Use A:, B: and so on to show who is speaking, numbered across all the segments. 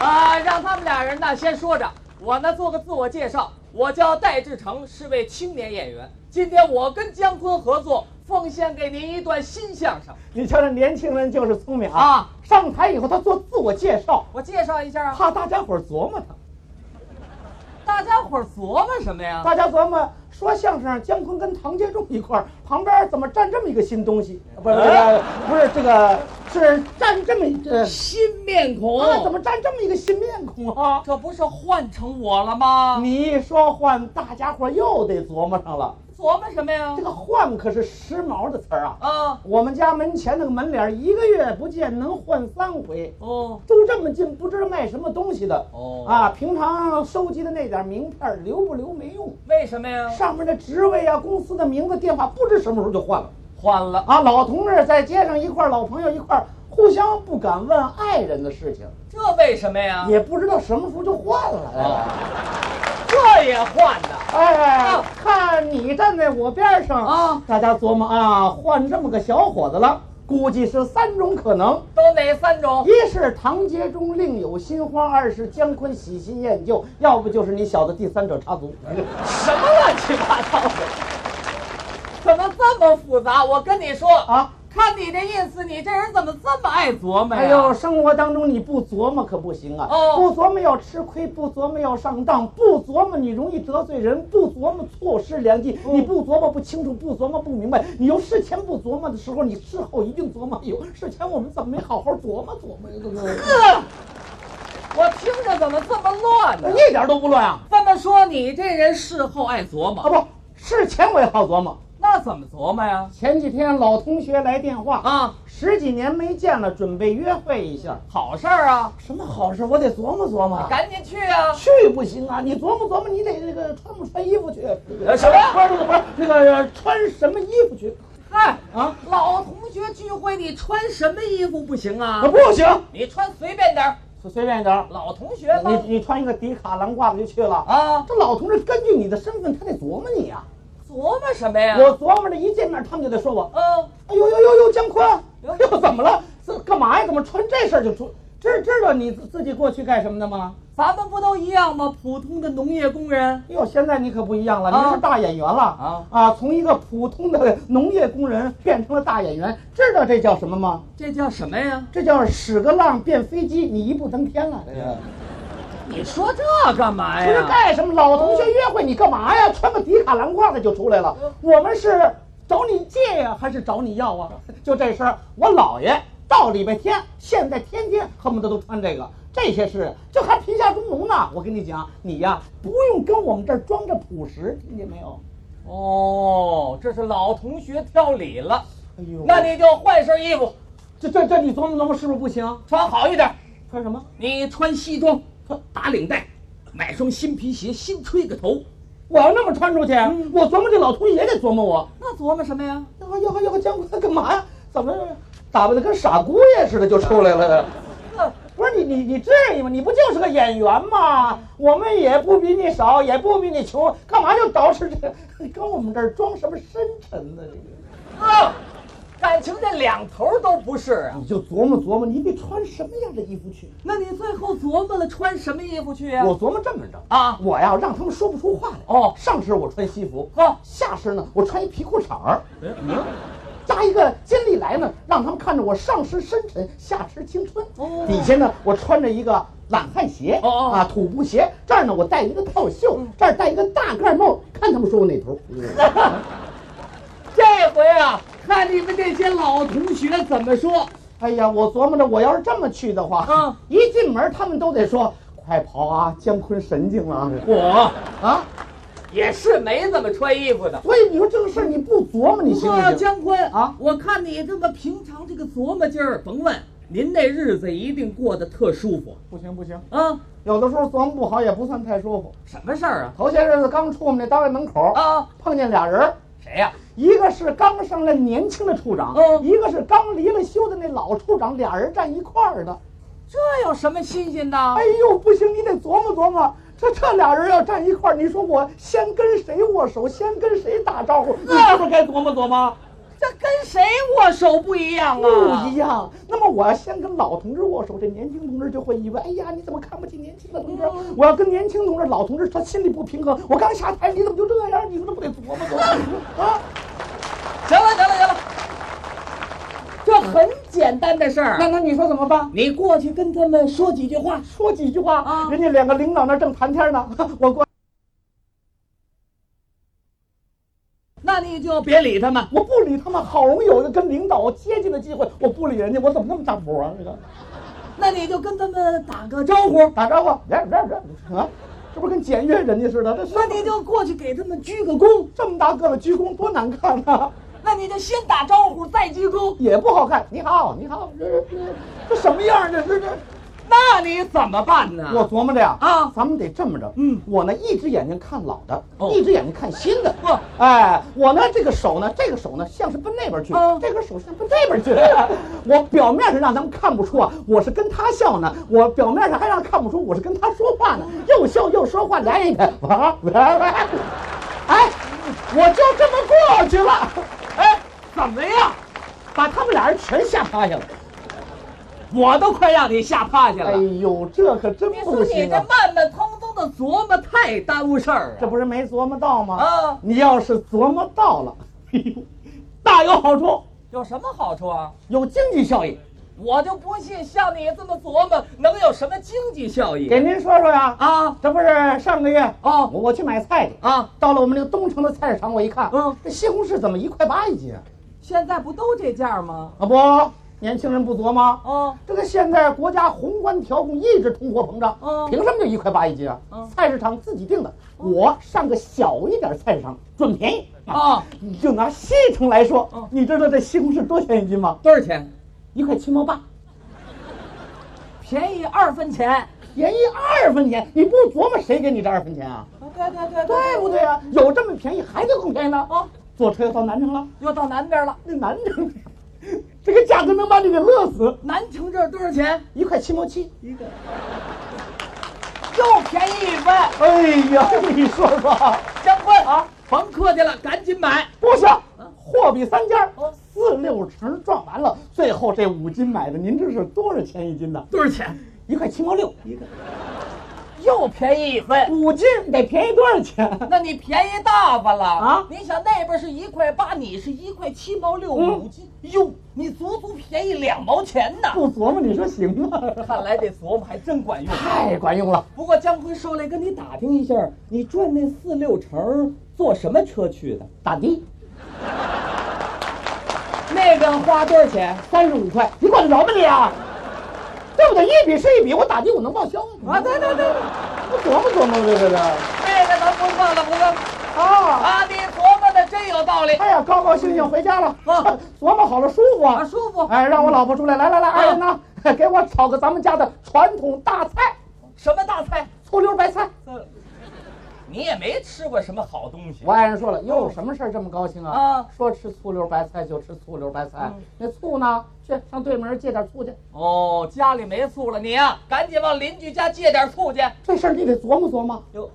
A: 晚上啊他们俩人呢先说着，我呢做个自我介绍，我叫戴志成，是位青年演员。今天我跟姜昆合作，奉献给您一段新相声
B: 你瞧，这年轻人就是聪明啊！
A: 啊！
B: 上台以后，他做自我介绍，
A: 我介绍一下啊，
B: 怕大家伙儿琢磨他。
A: 大家伙儿琢磨什么呀？
B: 大家琢磨说相声，姜昆跟唐杰忠一块儿，旁边怎么站这么一个新东西？不是，
A: 哎
B: 不是这个，是站这么一这、
A: 新面孔
B: 啊，怎么站这么一个新面孔啊？
A: 这不是换成我了吗？
B: 你一说换，大家伙儿又得琢磨上了。
A: 琢磨什么呀
B: 这？个换可是时髦的词儿啊！
A: 啊，
B: 我们家门前那个门脸儿，一个月不见能换三回，
A: 哦
B: 都这么近，不知道卖什么东西的。
A: 哦
B: 啊，，平常收集的那点名片儿留不留没用，
A: 为什么呀？
B: 上面的职位啊、公司的名字、电话，不知什么时候就换了
A: 换了，
B: 啊。老同志在街上一块儿，老朋友一块儿，互相不敢问爱人的事情，
A: 这为什么呀？
B: 也不知道什么时候就换了。
A: 这也换的
B: 哎
A: 啊，
B: 看你站在我边上
A: 啊，
B: 大家琢磨啊，换这么个小伙子了，估计是三种可能。
A: 都哪三种？
B: 一是唐杰忠另有新欢，二是姜昆喜新厌旧，要不就是你小子第三者插足。
A: 什么乱七八糟的？怎么这么复杂？我跟你说，
B: 啊，
A: 看你这意思，你这人怎么这么爱琢磨呀？
B: 哎呦，生活当中你不琢磨可不行啊！
A: 哦
B: 不琢磨要吃亏，不琢磨要上当，不琢磨你容易得罪人，不琢磨错失良机。
A: 哦
B: 你不琢磨不清楚，不琢磨不明白，你又事前不琢磨的时候，你事后一定琢磨。哎呦，事前我们怎么没好好琢磨琢磨呀？对不对？
A: 呵， 我听着怎么这么乱 呢？
B: 一点都不乱啊！
A: 这么说，你这人事后爱琢
B: 啊
A: 磨，
B: 不，事前我也好琢磨。
A: 那怎么琢磨呀？
B: 前几天老同学来电话，
A: 啊，
B: 十几年没见了，准备约会一下。
A: 好事儿啊，
B: 什么好事？我得琢磨琢磨。
A: 赶紧去啊！
B: 去不行啊！你琢磨琢磨，你得那个穿不穿衣服去？
A: 呃什么
B: 不是那个不是那个呃穿什么衣服去？
A: 嗨，
B: 啊
A: 老同学聚会，你穿什么衣服不行啊
B: 啊，？不行，
A: 你穿随便点儿，
B: 随随便一点儿。
A: 老同学嘛。
B: 你你穿一个迪卡蓝褂子就去了啊？
A: 啊，
B: 这老同志根据你的身份，他得琢磨你啊。
A: 琢磨什么呀？
B: 我琢磨着一见面，他们就得说我，
A: 嗯，
B: 哎呦呦呦呦，姜昆，又 怎么了？这干嘛呀？怎么穿这事儿就出？知知道你自自己过去干什么的吗？
A: 咱们不都一样吗？普通的农业工人。
B: 哟，现在你可不一样了，您
A: 啊
B: 是大演员了
A: 啊
B: 啊！从一个普通的农业工人变成了大演员，知道这叫什么吗？
A: 这叫什么呀？
B: 这叫使个浪变飞机，你一步登天了。这个
A: 你说这干嘛
B: 不是
A: 呀？
B: 干什么？老同学约会，你干嘛呀？穿个迪卡蓝褂子就出来了。我们是找你借呀、还是找你要啊？就这事儿，我姥爷到礼拜天，现在天天恨不得都穿这个。这些事，这还贫下中农呢。我跟你讲，你呀，不用跟我们这儿装着朴实，听见没有？
A: 哦，这是老同学挑理了。
B: 哎呦
A: 那你就换身衣服，
B: 这这这，你琢磨琢磨是不是不行？
A: 穿好一点。
B: 穿什么？
A: 你穿西装，打领带，买双新皮鞋，新吹个头。
B: 我要那么穿出去，
A: 嗯
B: 我琢磨这老同学也得琢磨我。
A: 那琢磨什么呀？
B: 要要要要姜昆干嘛呀？怎么打扮的跟傻姑爷似的就出来了？
A: 那
B: 不是你你你至于吗？你不就是个演员吗？我们也不比你少，也不比你穷，干嘛就捯饬这？ 跟我们这儿装什么深沉呢？这个
A: 啊，感情这两头都不是啊。
B: 你就琢磨琢磨，你得穿什么样的衣服去？
A: 那你最后琢磨了穿什么衣服去呀、
B: 我琢磨这么着
A: 啊
B: 我呀让他们说不出话来。
A: 哦
B: 上身我穿西服，
A: 哦
B: 下身呢我穿一皮裤衩儿，
A: 嗯
B: 加一个金利来呢，让他们看着我上身深沉，下身青春。
A: 哦
B: 底下呢我穿着一个懒汉鞋，
A: 哦嗯哦
B: 啊土布鞋，这儿呢我戴一个套袖，这儿戴一个大盖帽，看他们说我哪 头。
A: 这回啊，看你们这些老同学怎么说。
B: 哎呀，我琢磨着，我要是这么去的话，
A: 嗯
B: 一进门他们都得说快跑啊，姜昆神经了啊
A: 我
B: 啊！
A: 也是没怎么穿衣服的。
B: 所以你说这个事儿你不琢磨，你
A: 不
B: 行不
A: 过
B: 行？
A: 姜昆
B: 啊
A: 我看你这么平常这个琢磨劲儿，甭问，您那日子一定过得特舒服
B: 不行不行，
A: 啊。
B: 有的时候琢磨不好也不算太舒服。
A: 什么事儿啊？
B: 头些日子刚出我们那单位门口，
A: 啊，
B: 碰见俩人儿，
A: 谁呀、
B: 一个是刚上来年轻的处长，
A: 嗯
B: 一个是刚离了休的那老处长，俩人站一块儿的。
A: 这有什么新鲜的？
B: 哎呦，不行，你得琢磨琢磨。这这俩人要站一块儿，你说我先跟谁握手，先跟谁打招呼，你是不是该琢磨琢磨？
A: 这跟谁握手不一样啊？
B: 不一样。那么我要先跟老同志握手，这年轻同志就会以为，哎呀，你怎么看不起年轻的同志？
A: 嗯
B: 我要跟年轻同志、老同志，他心里不平衡。我刚下台，你怎么就这样？你说这不得琢磨琢磨啊？
A: 行了行了行了，这很简单的事儿。
B: 那那你说怎么办？
A: 你过去跟他们说几句话。
B: 说几句话，
A: 啊
B: 人家两个领导那儿正谈天呢， 我过
A: 那你就别理他们。
B: 我不理他们，好容易有一个跟领导接近的机会，我不理人家，我怎么那么大谱啊？这个
A: 那你就跟他们打个招呼，
B: 打招呼，别别别啊！这不是跟检阅人家似的？这
A: 那
B: 身体
A: 你就过去给他们鞠个躬，
B: 这么大个子鞠躬多难看啊！
A: 那你就先打招呼再鞠躬，
B: 也不好看。你好，你好，这这这什么样儿？这是这。
A: 那你怎么办呢？
B: 我琢磨着呀，
A: 啊
B: 咱们得这么着，
A: 嗯
B: 我呢一只眼睛看老的，
A: 哦
B: 一只眼睛看新的，
A: 哦
B: 哎，我呢这个手呢，这个手呢像是奔那边去，
A: 哦
B: 这个手像奔这边去， 我表面上让咱们看不出啊，我是跟他笑呢，我表面上还让看不出我是跟他说话呢，又笑又说话，俩人一看，啊， 哎，我就这么过去了，哎，
A: 怎么样？
B: 把他们俩人全吓趴 下了，
A: 我都快让你吓趴下
B: 哎
A: 了。
B: 呦，这可真
A: 你说
B: 不
A: 你
B: 行
A: 这
B: 啊。
A: 慢慢腾腾的琢磨太耽误事儿
B: 这
A: 啊！
B: 不是没琢磨到吗？
A: 啊
B: 你要是琢磨到了，嘿呦，大有好处，
A: 有什么好处啊？
B: 有经济效益。
A: 我就不信像你这么琢磨能有什么经济效益
B: 给您说说呀，
A: 啊
B: 这不是上个月
A: 哦
B: 我我去买菜去，
A: 啊！
B: 到了我们这个东城的菜市场，我一看，
A: 嗯
B: 这西红柿怎么一块八一斤啊？
A: 现在不都这价吗？
B: 啊不，年轻人不琢磨。
A: 哦，
B: 这个现在国家宏观调控一直通货膨胀，
A: 嗯
B: 凭什么就一块八一斤啊？
A: 嗯
B: 菜市场自己定的，我上个小一点菜市场准便宜
A: 哦
B: 你就拿西城来说，
A: 嗯
B: 你知道这西红柿多少钱一斤吗？
A: 多少钱？
B: 一块七毛八，
A: 便宜二分钱。
B: 便宜二分钱，你不琢磨谁给你这二分钱啊？
A: 对对对
B: 对不对？啊？有这么便宜，还得更便宜呢啊！坐车要到南城了，
A: 又到南边了，
B: 那南城这个价格能把你给乐死，
A: 南城这儿多少钱？
B: 一块七毛七。
A: 一个，又便宜一分。
B: 哎呀，你说说，
A: 江坤啊，甭客气了，赶紧买。
B: 不是货比三家，
A: 哦
B: 四六成撞完了，最后这五斤买的，您这是多少钱一斤呢？
A: 多少钱？
B: 一块七毛六，
A: 一个，又便宜一分。
B: 五斤得便宜多少钱？
A: 那你便宜大发了
B: 啊
A: 你想那边是一块八，你是一块七毛六
B: 嗯
A: 五斤，哟，你足足便宜两毛钱呢。
B: 不琢磨，你说行吗？
A: 看来这琢磨还真管用。
B: 太管用了。
A: 不过姜昆受累跟你打听一下，你赚那四六成坐什么车去的？
B: 打的
A: 那个花多少钱？
B: 三十五块，你管得着吗你啊？对不对？一笔是一笔，我打的我能报销
A: 啊，
B: 啊！
A: 对对对，
B: 我琢磨琢磨这个的
A: 这个咱不算了，不算了。
B: 啊！
A: 啊，你琢磨的真有道理
B: 哎呀，高高兴兴回家了，
A: 啊
B: 啊、琢磨好了舒服
A: 啊，
B: 啊！
A: 舒服。哦
B: 哎，让我老婆出来，来来来，二人呢， 给我炒个咱们家的传统大菜，
A: 什么大菜？
B: 醋溜白菜。
A: 呃你也没吃过什么好东西
B: 我。爱人说了，哟，什么事儿这么高兴啊？
A: 啊
B: 说吃醋溜白菜就吃醋溜白菜，
A: 嗯
B: 那醋呢？去上对门借点醋去。
A: 哦，家里没醋了，你呀、赶紧往邻居家借点醋去。
B: 这事儿你得琢磨琢磨。
A: 哟，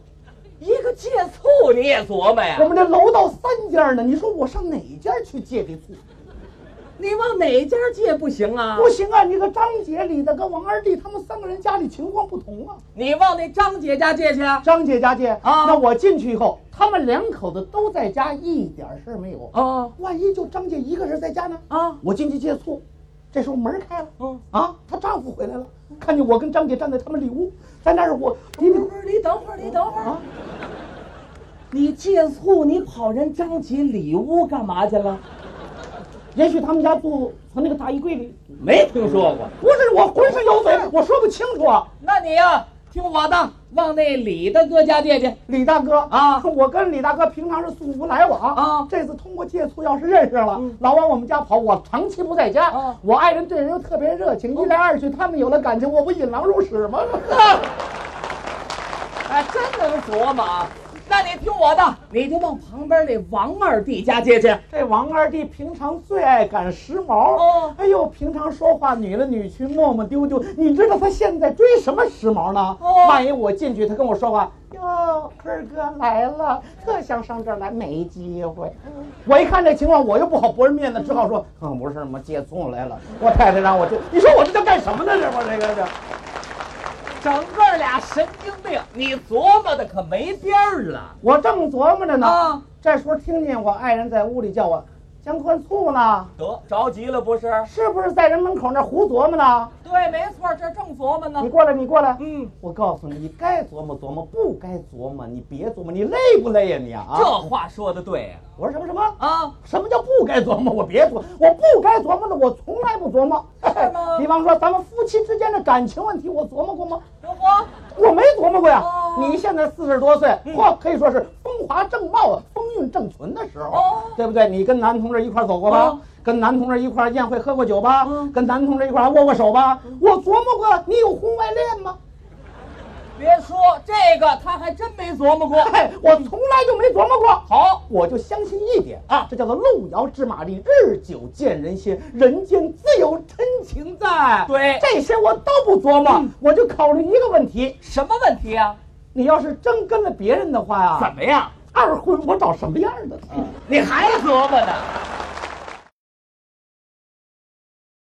A: 一个借醋你也琢磨呀
B: 我？们这楼道三家呢，你说我上哪家去借这醋？
A: 你往哪家借不行啊？
B: 不行啊！你个张姐、李大哥、王二弟，他们三个人家里情况不同啊。
A: 你往那张姐家借去啊？
B: 张姐家借
A: 啊
B: 那我进去以后，他们两口子都在家，一点事儿没有。
A: 哦
B: 万一就张姐一个人在家呢？
A: 啊，
B: 我进去借醋，这时候门开了，
A: 嗯，
B: 啊，她丈夫回来了，看见我跟张姐站在他们里屋，在那儿我，你
A: 不是不是，你等会儿，你等会儿。
B: 啊，
A: 你借醋，你跑人张姐里屋干嘛去了？
B: 也许他们家住从那个大衣柜里，
A: 没听说过。
B: 不是我浑身有嘴，我说不清楚啊。
A: 那你呀、听我的，往那李大哥家借去。
B: 李大哥
A: 啊
B: 我跟李大哥平常是素无来往
A: 啊
B: 这次通过借醋钥匙认识了，
A: 嗯
B: 老往我们家跑，我长期不在家，
A: 啊哦
B: 我爱人对人又特别热情，一来二去他们有了感情，我不引狼入室吗？
A: 哎，真能琢磨啊！那你听我的，你就往旁边那王二弟家借去。
B: 这王二弟平常最爱赶时髦，
A: 哦
B: 哎呦，平常说话女了女去，磨磨丢丢，你知道他现在追什么时髦呢？
A: 哦
B: 万一我进去，他跟我说话，哟，坤哥来了，特想上这儿来，没机会。我一看这情况，我又不好驳人面子，只好说，嗯，不是什么接送来了，我太太让我去。你说我这叫干什么呢？这不这个这。
A: 整个俩神经病，你琢磨的可没边儿了。
B: 我正琢磨着呢，
A: 啊
B: 这时候听见我爱人在屋里叫我姜昆醋呢，
A: 得着急了不是？
B: 是不是在人门口那胡琢磨呢？
A: 对，没错，这正琢磨
B: 你
A: 呢。
B: 过来，你过来。
A: 嗯，
B: 我告诉你，你该琢磨琢磨，不该琢磨你别琢磨，你累不累呀、你啊？
A: 这话说的对呀、
B: 我说什么什么？
A: 啊，
B: 什么叫不该琢磨？我别琢，我不该琢磨的，我从来不琢磨。
A: 是吗
B: 比方说咱们夫妻之间的感情问题，我琢磨过吗？
A: 这不
B: 我没琢磨过呀。
A: 哦
B: 你现在四十多岁，
A: 嗯
B: 嚯、可以说是风华正茂啊，风韵正纯的时候，
A: 哦
B: 对不对？你跟男同志一块儿走过吧，
A: 哦
B: 跟男同志一块儿宴会喝过酒吧，
A: 嗯
B: 跟男同志一块儿握过手吧。我琢磨过，你有婚外恋吗？
A: 别说这个，他还真没琢磨过。
B: 哎，我从来就没琢磨过。
A: 好，
B: 我就相信一点啊，这叫做路遥知马力，日久见人心，人间自有真情在。
A: 对嗯
B: 这些我都不琢磨，我就考虑一个问题：
A: 什么问题啊？
B: 你要是真跟了别人的话呀，
A: 么样？嗯
B: 二婚我找什么样的？
A: 你还琢磨呢？